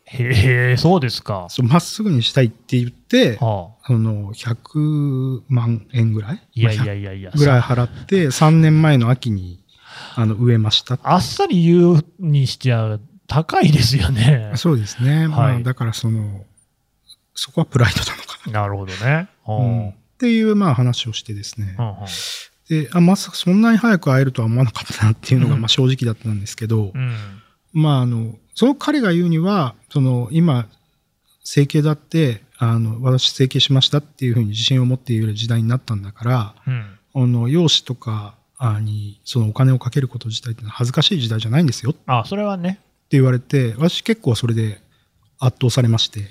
[SPEAKER 2] へえ、そうですか。
[SPEAKER 3] そうまっすぐにしたいって言って、
[SPEAKER 2] はあ、
[SPEAKER 3] その、100万円ぐらい
[SPEAKER 2] いやい
[SPEAKER 3] ま
[SPEAKER 2] や
[SPEAKER 3] あ
[SPEAKER 2] いやいや
[SPEAKER 3] 100。ぐらい払って、3年前の秋に、あの、植えました。
[SPEAKER 2] あっさり言うにしちゃ高いですよね。
[SPEAKER 3] そうですね。
[SPEAKER 2] はい
[SPEAKER 3] まあ、だからその、そこはプライドなのか
[SPEAKER 2] なるほどね。はあ
[SPEAKER 3] な。うんっていう、まあ、話をしてですね
[SPEAKER 2] う。んうん
[SPEAKER 3] で、あ、まさかそんなに早く会えるとは思わなかったなっていうのが、
[SPEAKER 2] うん
[SPEAKER 3] まあ正直だったんですけど、
[SPEAKER 2] うん。
[SPEAKER 3] まああの、その彼が言うには、その今、整形だって、あの、私整形しましたっていうふうに自信を持って言える時代になったんだから、
[SPEAKER 2] うん。
[SPEAKER 3] あの、容姿とかあに、そのお金をかけること自体ってのは恥ずかしい時代じゃないんですよって
[SPEAKER 2] あ、それはね、
[SPEAKER 3] 言われて、私結構それで圧倒されまして、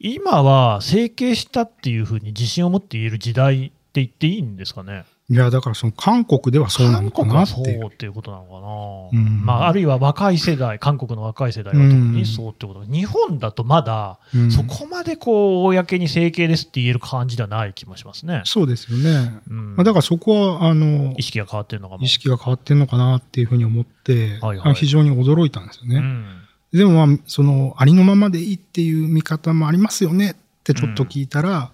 [SPEAKER 2] 今は整形したっていうふうに自信を持って言える時代って言っていいんですかね。
[SPEAKER 3] いや、だからその韓国ではそうな
[SPEAKER 2] 韓
[SPEAKER 3] のか
[SPEAKER 2] 国
[SPEAKER 3] な
[SPEAKER 2] は
[SPEAKER 3] っ
[SPEAKER 2] そう
[SPEAKER 3] ていう。
[SPEAKER 2] っていうことなの
[SPEAKER 3] う
[SPEAKER 2] かな。
[SPEAKER 3] ん
[SPEAKER 2] まあ、あるいは若い世代、韓国の若い世代は特
[SPEAKER 3] うん
[SPEAKER 2] にそうってこと。日本だとまだ、
[SPEAKER 3] うん
[SPEAKER 2] そこまでこう、公に整形ですって言える感じではない気もしますね。
[SPEAKER 3] そうですよね。
[SPEAKER 2] うん
[SPEAKER 3] まあ、だからそこは、あの
[SPEAKER 2] 意、識が変わってるのかも。
[SPEAKER 3] 意識が変わってんのかなっていうふうに思って、
[SPEAKER 2] はいはい
[SPEAKER 3] 非常に驚いたんですよ
[SPEAKER 2] う
[SPEAKER 3] ね。
[SPEAKER 2] ん。
[SPEAKER 3] でも、まあ、その、ありのままでいいっていう見方もありますよねってちょっと聞いたら、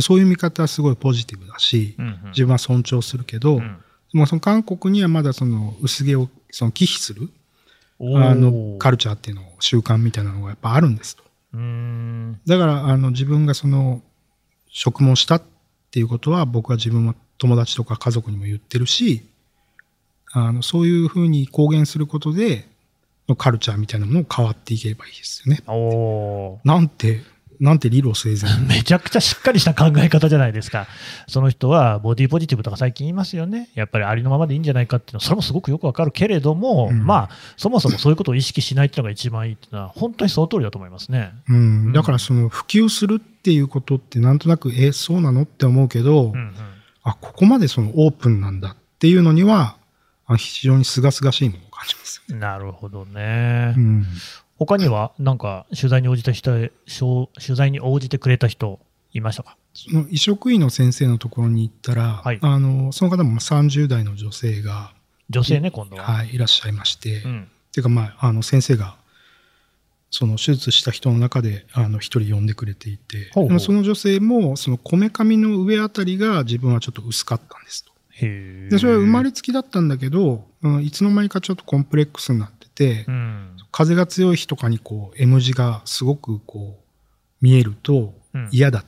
[SPEAKER 3] そういう見方はすごいポジティブだし、
[SPEAKER 2] うんうん
[SPEAKER 3] 自分は尊重するけ
[SPEAKER 2] う
[SPEAKER 3] ど、
[SPEAKER 2] ん
[SPEAKER 3] まあその韓国にはまだその薄毛をその忌避する、
[SPEAKER 2] おー
[SPEAKER 3] あの、カルチャーっていうのを習慣みたいなのがやっぱあるんですと。
[SPEAKER 2] うーん。
[SPEAKER 3] だから、あの、自分がその、職務をしたっていうことは、僕は自分は友達とか家族にも言ってるし、あの、そういうふうに公言することで、のカルチャーみたいなものを変わっていけばいいですよね。
[SPEAKER 2] おー
[SPEAKER 3] なんて、なんて理路整然。
[SPEAKER 2] めちゃくちゃしっかりした考え方じゃないですか。その人はボディポジティブとか最近言いますよね。やっぱりありのままでいいんじゃないかっていうのは、それもすごくよくわかるけれども、
[SPEAKER 3] うん
[SPEAKER 2] まあ、そもそもそういうことを意識しないっていうのが一番いいっていうのは、本当にその通りだと思いますね。
[SPEAKER 3] うん。だから、その、普及するっていうことって、なんとなく、え、そうなのって思うけど、
[SPEAKER 2] うんうん
[SPEAKER 3] あ、ここまでその、オープンなんだっていうのには、あ非常に清々しいものを感じますよね。
[SPEAKER 2] なるほどね。
[SPEAKER 3] うん。
[SPEAKER 2] 他には、なんか、取材に応じた人、しょう取材に応じてくれた人、いましたか
[SPEAKER 3] その移植医の先生のところに行ったら、
[SPEAKER 2] はい
[SPEAKER 3] あのその方もまあ30代の女性が、
[SPEAKER 2] 女性ね、今度は。
[SPEAKER 3] はい、いらっしゃいまして、
[SPEAKER 2] う
[SPEAKER 3] っ
[SPEAKER 2] ん。
[SPEAKER 3] ていうか、まあ、あの先生がその手術した人の中であの一人呼んでくれていて
[SPEAKER 2] ほうほう
[SPEAKER 3] でもその女性もそのこめかみの上あたりが自分はちょっと薄かったんですと
[SPEAKER 2] へえ。
[SPEAKER 3] でそれは生まれつきだったんだけど、うんいつの間にかちょっとコンプレックスになってて、
[SPEAKER 2] うん。
[SPEAKER 3] 風が強い日とかにこう M 字がすごくこう見えると
[SPEAKER 2] うん
[SPEAKER 3] 嫌だ、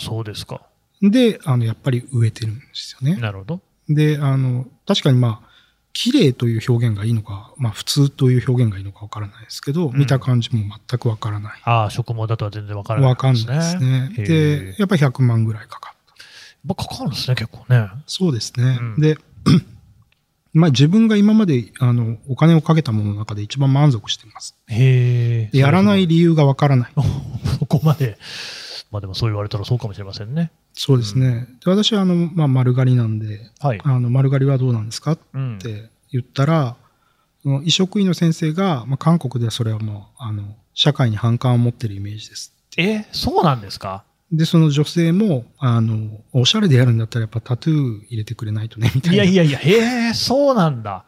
[SPEAKER 2] そうですか。
[SPEAKER 3] であのやっぱり植えてるんですよね。
[SPEAKER 2] なるほど。
[SPEAKER 3] で、あの、確かにまあ、綺麗という表現がいいのか、まあ普通という表現がいいのかわからないですけど、
[SPEAKER 2] ん
[SPEAKER 3] 見た感じも全くわからない。
[SPEAKER 2] ああ、植毛だとは全然わからない
[SPEAKER 3] わかんないですね。
[SPEAKER 2] へえ
[SPEAKER 3] で、やっぱり100万ぐらいかかった。
[SPEAKER 2] まあ、かかるんですね、結構ね。
[SPEAKER 3] そうですね。
[SPEAKER 2] うん
[SPEAKER 3] で、 [clears throat] まあ自分が今まであのお金をかけたものの中で一番満足しています。
[SPEAKER 2] へ
[SPEAKER 3] で
[SPEAKER 2] え。
[SPEAKER 3] やらない
[SPEAKER 2] そ
[SPEAKER 3] 理由がわからない。
[SPEAKER 2] うそうそこまで。まあでもそう言われたらそうかもしれませんね。
[SPEAKER 3] そうですね。で私はあの、まあ丸刈りなんで、
[SPEAKER 2] はい。
[SPEAKER 3] あの丸刈りはどうなんですか
[SPEAKER 2] うん
[SPEAKER 3] っ。て言ったら、その移植医の先生が、まあ、韓国ではそれはもうあの社会に反感を持ってるイメージです。
[SPEAKER 2] え、そうなんですか
[SPEAKER 3] で、その女性も、あの、おしゃれでやるんだったらやっぱタトゥー入れてくれないとね、みたい
[SPEAKER 2] い
[SPEAKER 3] な。
[SPEAKER 2] やいやいや、へえ、そうなんだ。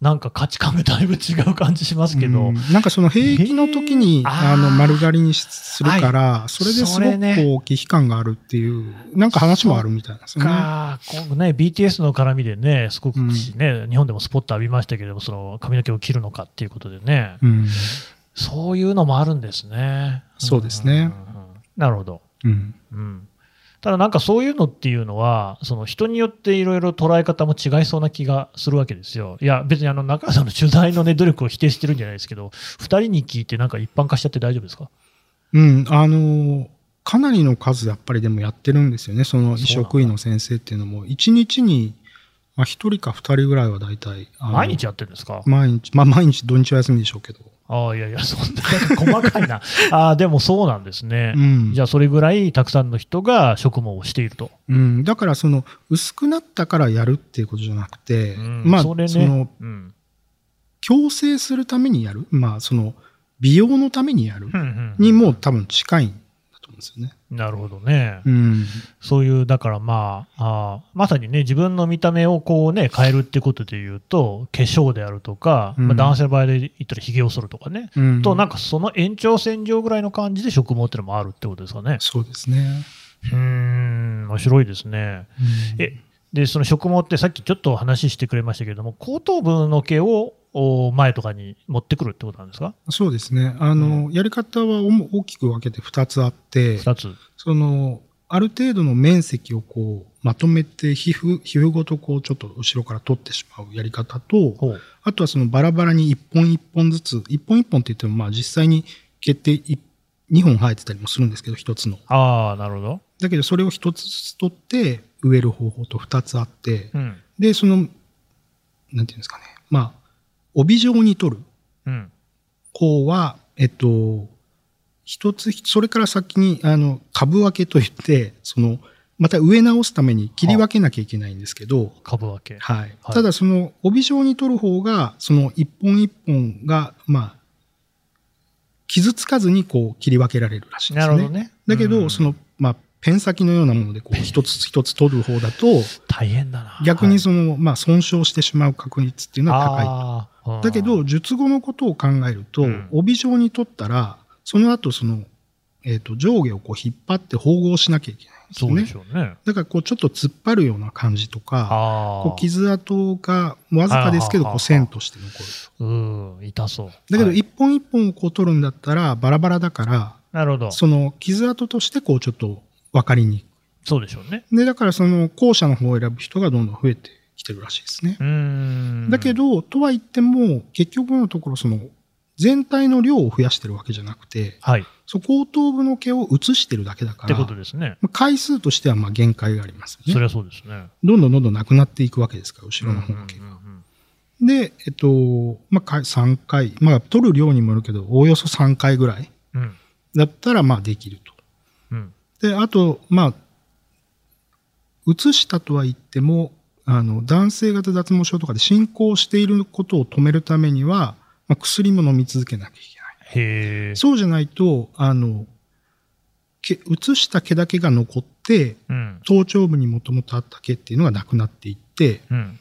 [SPEAKER 2] なんか価値観がだいぶ違う感じしますけ
[SPEAKER 3] う
[SPEAKER 2] ど
[SPEAKER 3] ん。なんかその兵役の時
[SPEAKER 2] へ
[SPEAKER 3] に
[SPEAKER 2] ー
[SPEAKER 3] あの
[SPEAKER 2] あー
[SPEAKER 3] 丸刈りにしするから、それです
[SPEAKER 2] そ
[SPEAKER 3] ご
[SPEAKER 2] れ
[SPEAKER 3] く
[SPEAKER 2] ね
[SPEAKER 3] こう、忌避感があるっていう、なんか話もあるみたいなんですよね。
[SPEAKER 2] か、今度ね、BTS の絡みでね、すごくね、日本でもスポット浴びましたけれども、その髪の毛を切るのかっていうことでね、
[SPEAKER 3] うん。
[SPEAKER 2] そういうのもあるんですね。
[SPEAKER 3] そうですね
[SPEAKER 2] うんうんうん。なるほど。
[SPEAKER 3] うん。
[SPEAKER 2] うん、ただなんかそういうのっていうのはその人によっていろいろ捉え方も違いそうな気がするわけですよ。いや別にあの中川さんの取材の、ね、努力を否定してるんじゃないですけど2人に聞いてなんか一般化しちゃって大丈夫ですか
[SPEAKER 3] うん、あの、かなりの数やっぱりでもやってるんですよね、その移植医の先生っていうのも、1日に、まあ、1人か2人ぐらいは大体、あの
[SPEAKER 2] 毎日やってるんですか、
[SPEAKER 3] 毎日、まあ毎日土日は休みでしょうけど、
[SPEAKER 2] ああいやいやそんななんか細かいな [laughs] ああでもそうなんですね
[SPEAKER 3] う、ん
[SPEAKER 2] じゃあそれぐらいたくさんの人が職務をしていると、
[SPEAKER 3] うん、だからその薄くなったからやるっていうことじゃなくて、
[SPEAKER 2] うん
[SPEAKER 3] まあ
[SPEAKER 2] そ
[SPEAKER 3] そ,、
[SPEAKER 2] れね
[SPEAKER 3] の
[SPEAKER 2] うん
[SPEAKER 3] 強制するためにやる、まあその美容のためにやる
[SPEAKER 2] うんうん
[SPEAKER 3] にも多分近いんだと思うんですよね。
[SPEAKER 2] なるほどね、
[SPEAKER 3] うん、
[SPEAKER 2] そういう、だからまあ、あーまさにね、自分の見た目をこうね、変えるってことで言うと、化粧であるとか、
[SPEAKER 3] うん
[SPEAKER 2] まあ、男性の場合で言ったら髭を剃るとかね、
[SPEAKER 3] うん、
[SPEAKER 2] と、なん
[SPEAKER 3] か
[SPEAKER 2] かその延長線上ぐらいの感じで植毛ってのもあるってことですかね。
[SPEAKER 3] そうですね。
[SPEAKER 2] うーん、面白いですね。
[SPEAKER 3] うん
[SPEAKER 2] え、で、その植毛ってさっきちょっと話してくれましたけれども、後頭部の毛をお前とかに持ってくるってことなんですか
[SPEAKER 3] そうですね。あの、やり方はおも大きく分けて2つあって、
[SPEAKER 2] 二つ。
[SPEAKER 3] その、ある程度の面積をこう、まとめて皮膚、皮膚ごとこうちょっと後ろから取ってしまうやり方と、
[SPEAKER 2] ほう。
[SPEAKER 3] あとはそのバラバラに一本一本ずつ、一本一本って言ってもまあ実際に決定2本生えてたりもするんですけど、一つの。
[SPEAKER 2] ああ、なるほど。
[SPEAKER 3] だけどそれを一つずつ取って植える方法と二つあって、
[SPEAKER 2] うん。
[SPEAKER 3] で、その、なんていうんですかね。まあ、帯状に取る
[SPEAKER 2] うん。
[SPEAKER 3] 方は、えっと、一つ、それから先に、あの、株分けといって、その、また植え直すために切り分けなきゃいけないんですけど、
[SPEAKER 2] 株分け。
[SPEAKER 3] はい。
[SPEAKER 2] はい
[SPEAKER 3] ただ、その、帯状に取る方が、その、一本一本が、まあ、傷つかずに、こう、切り分けられるらしいんで
[SPEAKER 2] な
[SPEAKER 3] す
[SPEAKER 2] る
[SPEAKER 3] ね。
[SPEAKER 2] ほどね。
[SPEAKER 3] だけ
[SPEAKER 2] う
[SPEAKER 3] ど、
[SPEAKER 2] ん
[SPEAKER 3] そ、の、まあ、ペン先のようなもので、こう、一つ一つ取る方だと、
[SPEAKER 2] 大変だな。
[SPEAKER 3] 逆にその、まあ、損傷してしまう確率っていうのは高い。
[SPEAKER 2] あー
[SPEAKER 3] だけ
[SPEAKER 2] うん
[SPEAKER 3] ど、術後のことを考えると、
[SPEAKER 2] うん
[SPEAKER 3] 帯状に取ったら、その後その、えっと上下をこう引っ張って縫合しなきゃいけないんです
[SPEAKER 2] そ
[SPEAKER 3] よ
[SPEAKER 2] うで
[SPEAKER 3] ね
[SPEAKER 2] し。ょうね。
[SPEAKER 3] だからこうちょっと突っ張るような感じとか、
[SPEAKER 2] ああ。
[SPEAKER 3] こう傷跡がわずかですけど、
[SPEAKER 2] あー
[SPEAKER 3] こう線として残る。
[SPEAKER 2] うん、痛そう。
[SPEAKER 3] だけど
[SPEAKER 2] はい
[SPEAKER 3] 一本一本をこう取るんだったらバラバラだから、
[SPEAKER 2] なるほど。そ
[SPEAKER 3] その傷跡としてこうちょっと分かりにく
[SPEAKER 2] うでしょうね。
[SPEAKER 3] い。で、だからその後者の方を選ぶ人がどんどん増えてきてるらしいですね。
[SPEAKER 2] うーん。
[SPEAKER 3] だけ、ど、とは言っても、結局のところ、その、全体の量を増やしてるわけじゃなくて、
[SPEAKER 2] はい。っ
[SPEAKER 3] そこ後頭部の毛を移してるだけだから、
[SPEAKER 2] てことですね。
[SPEAKER 3] まあ回数としてはまあ限界がありますよ
[SPEAKER 2] そ
[SPEAKER 3] ね。
[SPEAKER 2] りゃそうですね。
[SPEAKER 3] どんどんどんどんなくなっていくわけですから、後ろの方の毛。
[SPEAKER 2] うんうんうん
[SPEAKER 3] で、えっと、まあ、か3回、まあ、取る量にもよるけど、おおよそ3回ぐらい
[SPEAKER 2] うん。うん
[SPEAKER 3] だったら、まあ、できると。
[SPEAKER 2] うん。
[SPEAKER 3] で、あと、まあ、移したとは言っても、あの、男性型脱毛症とかで進行していることを止めるためには、まあ、薬も飲み続けなきゃいけない。
[SPEAKER 2] へえ。
[SPEAKER 3] そうじゃないと、あの、け移した毛だけが残って、
[SPEAKER 2] うん。
[SPEAKER 3] 頭頂部にもともとあった毛っていうのがなくなっていって、
[SPEAKER 2] うん。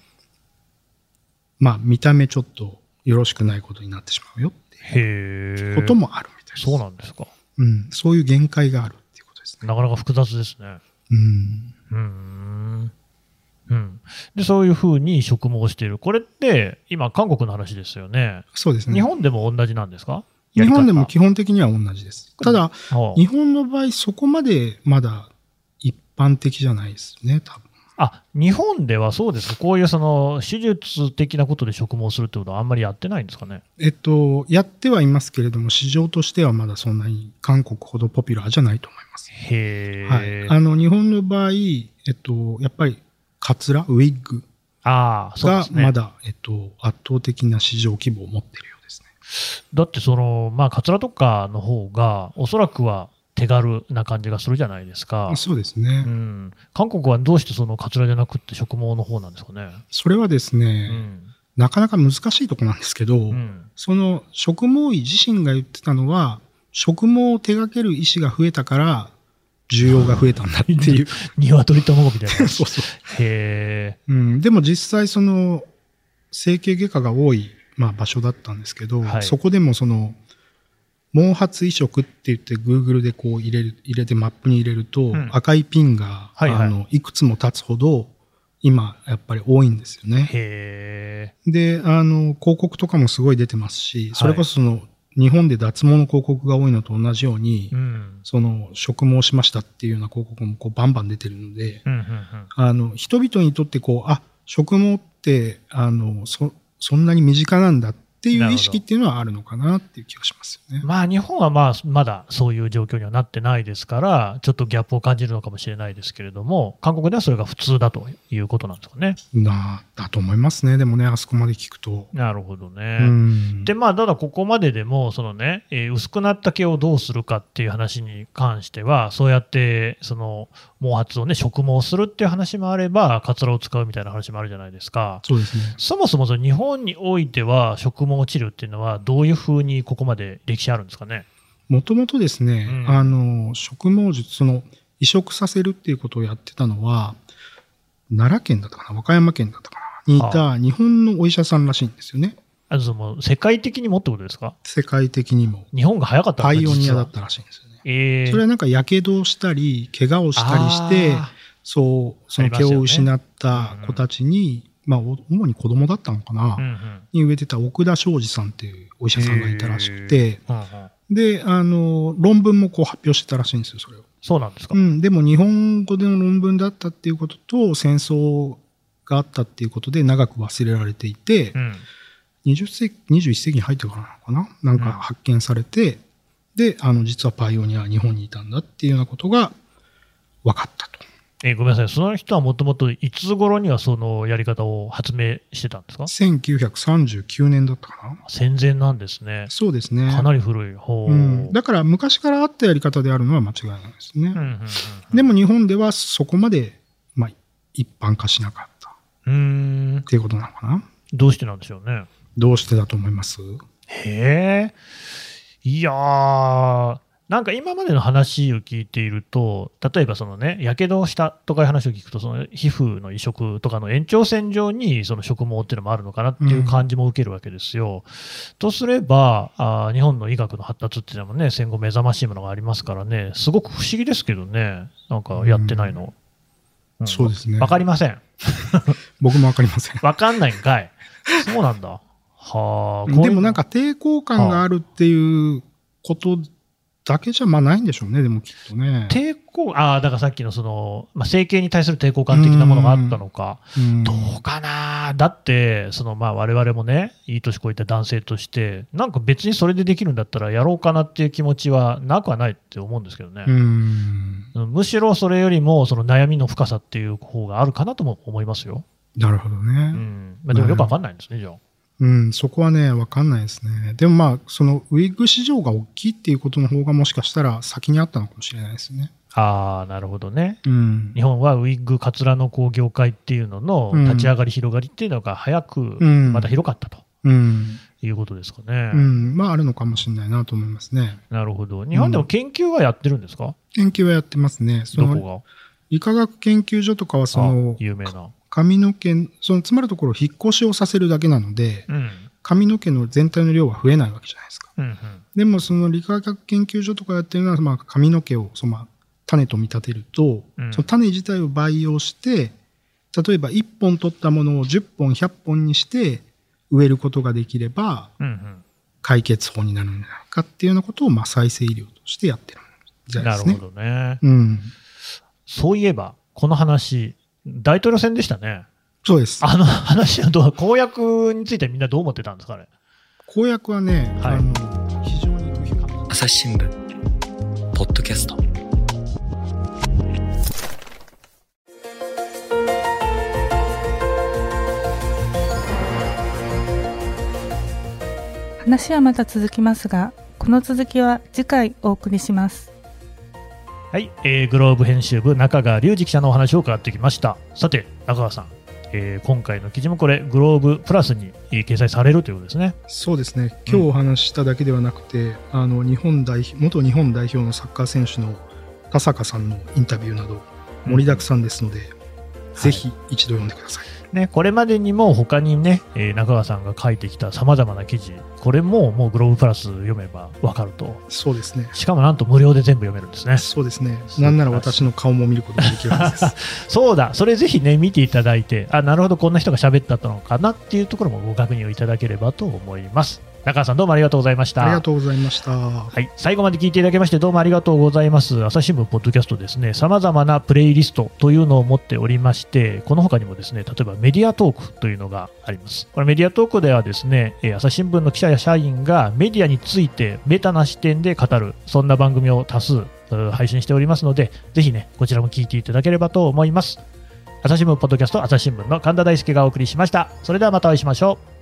[SPEAKER 3] まあ、見た目ちょっとよろしくないことになってしまうよって
[SPEAKER 2] へえ。
[SPEAKER 3] こともあるみたいです。
[SPEAKER 2] そうなんですか。
[SPEAKER 3] うん、そういう限界があるっていうことですね。
[SPEAKER 2] なかなか複雑ですね。
[SPEAKER 3] うん。
[SPEAKER 2] うーん。うん、でそういうふうに植毛している、これって今、韓国の話ですよね、
[SPEAKER 3] そうですね。
[SPEAKER 2] 日本でも同じなんですか、
[SPEAKER 3] 日本でも
[SPEAKER 2] やり
[SPEAKER 3] 基本的には同じです。ただ、
[SPEAKER 2] 方は
[SPEAKER 3] 日本の場合、そこまでまだ一般的じゃないですね、多分。
[SPEAKER 2] あ日本ではそうですか、こういうその手術的なことで植毛するってことはあんまりやってないんですかね。
[SPEAKER 3] えっと、やってはいますけれども、市場としてはまだそんなに韓国ほどポピュラーじゃないと思います。
[SPEAKER 2] へ
[SPEAKER 3] はい
[SPEAKER 2] え、。
[SPEAKER 3] あの、日本の場合、えっと、やっぱり、カツラ、ウィッグ
[SPEAKER 2] ああ、そうで
[SPEAKER 3] が
[SPEAKER 2] すね。
[SPEAKER 3] まだ、えっと、圧倒的な市場規模を持ってるようですね。
[SPEAKER 2] だってその、まあ、カツラとかの方が、おそらくは手軽な感じがするじゃないですか。
[SPEAKER 3] そうですね。
[SPEAKER 2] うん、韓国はどうしてそのカツラじゃなくって植毛の方なんですかね。
[SPEAKER 3] それはです
[SPEAKER 2] う
[SPEAKER 3] ね、
[SPEAKER 2] ん。
[SPEAKER 3] なかなか難しいとこなんですけど、
[SPEAKER 2] うん。
[SPEAKER 3] その植毛医自身が言ってたのは、植毛を手掛ける医師が増えたから、需要が増えたんだっていう。
[SPEAKER 2] [laughs] 鶏卵みたいな。
[SPEAKER 3] [laughs] そうそう。
[SPEAKER 2] へえ。
[SPEAKER 3] うん、でも実際その、整形外科が多い、まあ、場所だったんですけど、
[SPEAKER 2] はい
[SPEAKER 3] そこでもその、毛髪移植って言って Google でこう入れる、入れてマップに入れると、
[SPEAKER 2] ん
[SPEAKER 3] 赤いピンが、
[SPEAKER 2] はいはい
[SPEAKER 3] あの、いくつも立つほど、今、やっぱり多いんですよね。
[SPEAKER 2] へえ。
[SPEAKER 3] で、あの、広告とかもすごい出てますし、それこそその、日本で脱毛の広告が多いのと同じように、
[SPEAKER 2] うん。
[SPEAKER 3] その、植毛しましたっていうような広告もこうバンバン出てるので、
[SPEAKER 2] うんうんうん。
[SPEAKER 3] あの、人々にとってこう、あ、植毛って、あの、そ、そんなに身近なんだってい
[SPEAKER 2] なるほ
[SPEAKER 3] う
[SPEAKER 2] ど
[SPEAKER 3] 意識っていうのはあるのかなっていう気がしますよね。
[SPEAKER 2] まあ日本はまあまだそういう状況にはなってないですから、ちょっとギャップを感じるのかもしれないですけれども、韓国ではそれが普通だということなんですかね。
[SPEAKER 3] な、だと思いますね。でもね、あそこまで聞くと。
[SPEAKER 2] なるほどね。
[SPEAKER 3] うん。
[SPEAKER 2] でまあ、ただここまででもその、ねえー薄くなった毛をどうするかっていう話に関してはそうやってその毛髪を、ね、植毛するっていう話もあればカツラを使うみたいな話もあるじゃないですか
[SPEAKER 3] そうですね。
[SPEAKER 2] そもそもその日本においては植毛治療っていうのはどういうふうにここまで歴史あるんですかね。
[SPEAKER 3] もともとですね、
[SPEAKER 2] うん
[SPEAKER 3] あの、植毛術、その、移植させるっていうことをやってたのは、奈良県だったかな、和歌山県だったかな、にいた日本のお医者さんらしいんですよね。
[SPEAKER 2] あとその世界的にもってことですか
[SPEAKER 3] 世界的にも。
[SPEAKER 2] 日本が早かったん
[SPEAKER 3] パ
[SPEAKER 2] です
[SPEAKER 3] イ
[SPEAKER 2] ね
[SPEAKER 3] オニアだ
[SPEAKER 2] 実は
[SPEAKER 3] ったらしいんですよね。
[SPEAKER 2] えー、
[SPEAKER 3] それはなんか、やけどをしたり、怪我をしたりして、
[SPEAKER 2] あ
[SPEAKER 3] そう、その毛を失った子たちに、まあ、お主に子供だったのかな、
[SPEAKER 2] ーうんうん
[SPEAKER 3] に植えてた奥田昌司さんっていうお医者さんがいたらしくて、
[SPEAKER 2] うんうん
[SPEAKER 3] で、あの、論文もこう発表してたらしいんですよ、それを。
[SPEAKER 2] そうなんですか。
[SPEAKER 3] うん、でも日本語での論文だったっていうことと戦争があったっていうことで長く忘れられていて、
[SPEAKER 2] うん。
[SPEAKER 3] 20世紀21世紀に入ってからなのかななん
[SPEAKER 2] うん
[SPEAKER 3] か発見されて、であの実はパイオニアは日本にいたんだっていうようなことが分かったと。
[SPEAKER 2] えーごめんなさい。その人はもともといつ頃にはそのやり方を発明してたんですか
[SPEAKER 3] 1939年だったかな
[SPEAKER 2] 戦前なんですね。
[SPEAKER 3] そうですね。
[SPEAKER 2] かなり古い方。
[SPEAKER 3] うん、だから昔からあったやり方であるのは間違いないです
[SPEAKER 2] う
[SPEAKER 3] ね。
[SPEAKER 2] んうんうんうん
[SPEAKER 3] でも日本ではそこまで、まあ、一般化しなかったっ
[SPEAKER 2] うーん。
[SPEAKER 3] ていうことなのかな
[SPEAKER 2] どうしてなんでしょうね。
[SPEAKER 3] どうしてだと思います
[SPEAKER 2] へえ。いやー。なんか今までの話を聞いていると、例えばそのね、やけどをしたとかいう話を聞くと、その皮膚の移植とかの延長線上にその植毛っていうのもあるのかなっていう感じも受けるわけですよ。とすればあー、日本の医学の発達っていうのもね、戦後目覚ましいものがありますからね、すごく不思議ですけどね、なんかやってないの。うん
[SPEAKER 3] そうですね
[SPEAKER 2] わかりません。
[SPEAKER 3] 僕もわかりません。
[SPEAKER 2] わかんないんかい。そうなんだ。はあ。
[SPEAKER 3] でもなん
[SPEAKER 2] か
[SPEAKER 3] か抵抗感があるっていうことだけじゃまあないんでしょうね、でもきっとね。
[SPEAKER 2] 抵抗、ああ、だからさっきのその、まあ、整形に対する抵抗感的なものがあったのか。
[SPEAKER 3] うん
[SPEAKER 2] どうかなだって、そのまあ我々もね、いい年こいた男性として、なんか別にそれでできるんだったらやろうかなっていう気持ちはなくはないって思うんですけどね
[SPEAKER 3] う。ん
[SPEAKER 2] むしろそれよりも、その悩みの深さっていう方があるかなとも思いますよ。
[SPEAKER 3] なるほど
[SPEAKER 2] う
[SPEAKER 3] ね。
[SPEAKER 2] ん。まあ、でもよくわかんないんですね、じゃあ。
[SPEAKER 3] うん、そこはね、わかんないですね。でもまあ、そのウィッグ市場が大きいっていうことの方がもしかしたら先にあったのかもしれないですね。
[SPEAKER 2] ああ、なるほどね。
[SPEAKER 3] うん
[SPEAKER 2] 日。本はウィッグ、カツラのこう業界っていうのの
[SPEAKER 3] うん
[SPEAKER 2] 立ち上がり、広がりっていうのが早く
[SPEAKER 3] うん
[SPEAKER 2] また広かったと
[SPEAKER 3] うん。
[SPEAKER 2] いうことですかね。
[SPEAKER 3] うん。まあ、あるのかもしれないなと思いますね。
[SPEAKER 2] なるほど。日本でも研究はやってるんですか、
[SPEAKER 3] 研究はやってますね。そ
[SPEAKER 2] ど
[SPEAKER 3] の
[SPEAKER 2] こ
[SPEAKER 3] 理化学研究所とかは
[SPEAKER 2] が
[SPEAKER 3] そ
[SPEAKER 2] あ
[SPEAKER 3] の
[SPEAKER 2] 有名な。
[SPEAKER 3] 髪の毛、そのつまるところ引っ越しをさせるだけなので、
[SPEAKER 2] うん。
[SPEAKER 3] 髪の毛の全体の量は増えないわけじゃないですか。
[SPEAKER 2] うんうん。
[SPEAKER 3] でもその理化学研究所とかやってるのは、まあ、髪の毛をそのまあ種と見立てると、
[SPEAKER 2] うん
[SPEAKER 3] その種自体を培養して例えば1本取ったものを10本100本にして植えることができれば
[SPEAKER 2] うんうん
[SPEAKER 3] 解決法になるんじゃないかっていうようなことを、まあ、再生医療としてやってるみたいで
[SPEAKER 2] な
[SPEAKER 3] す
[SPEAKER 2] る
[SPEAKER 3] ね。
[SPEAKER 2] ほどね。
[SPEAKER 3] うん、
[SPEAKER 2] そういえば、この話、大統領選でしたね。
[SPEAKER 3] そうです。
[SPEAKER 2] あの話はどう、公約についてみんなどう思ってたんですかね。
[SPEAKER 3] 公約はね、
[SPEAKER 2] はい
[SPEAKER 3] あの非常に無比かった
[SPEAKER 5] 朝日新聞ポッドキャスト
[SPEAKER 6] 話はまだ続きますがこの続きは次回お送りします
[SPEAKER 2] はい、えーグローブ編集部中川隆二記者のお話を伺ってきましたさて中川さん、えー今回の記事もこれグローブプラスにえー掲載されるということですね
[SPEAKER 3] そうですね今日お話ししただけではなくて、あの日本代表元日本代表のサッカー選手の田坂さんのインタビューなど盛りだくさんですので、ぜひ一度読んでください、
[SPEAKER 2] ねこれまでにも他にね、えー中川さんが書いてきたさまざまな記事これももうグローブプラス読めばわかると
[SPEAKER 3] そうですね
[SPEAKER 2] しかもなんと無料で全部読めるんですね
[SPEAKER 3] そうですね
[SPEAKER 2] 素晴らしい
[SPEAKER 3] なんなら私の顔も見ることができるはず [laughs] です
[SPEAKER 2] そうだそれぜひね見ていただいてあなるほどこんな人が喋ったのかなっていうところもご確認をいただければと思います中川さんどうもありがとうございました
[SPEAKER 3] ありがとうございました
[SPEAKER 2] はい、最後まで聞いていただきましてどうもありがとうございます朝日新聞ポッドキャストですねさまざまなプレイリストというのを持っておりましてこの他にもですね例えばメディアトークというのがありますこれメディアトークではですねえー朝日新聞の記者や社員がメディアについてベタな視点で語るそんな番組を多数えー配信しておりますのでぜひねこちらも聞いていただければと思います朝日新聞ポッドキャスト朝日新聞の神田大輔がお送りしましたそれではまたお会いしましょう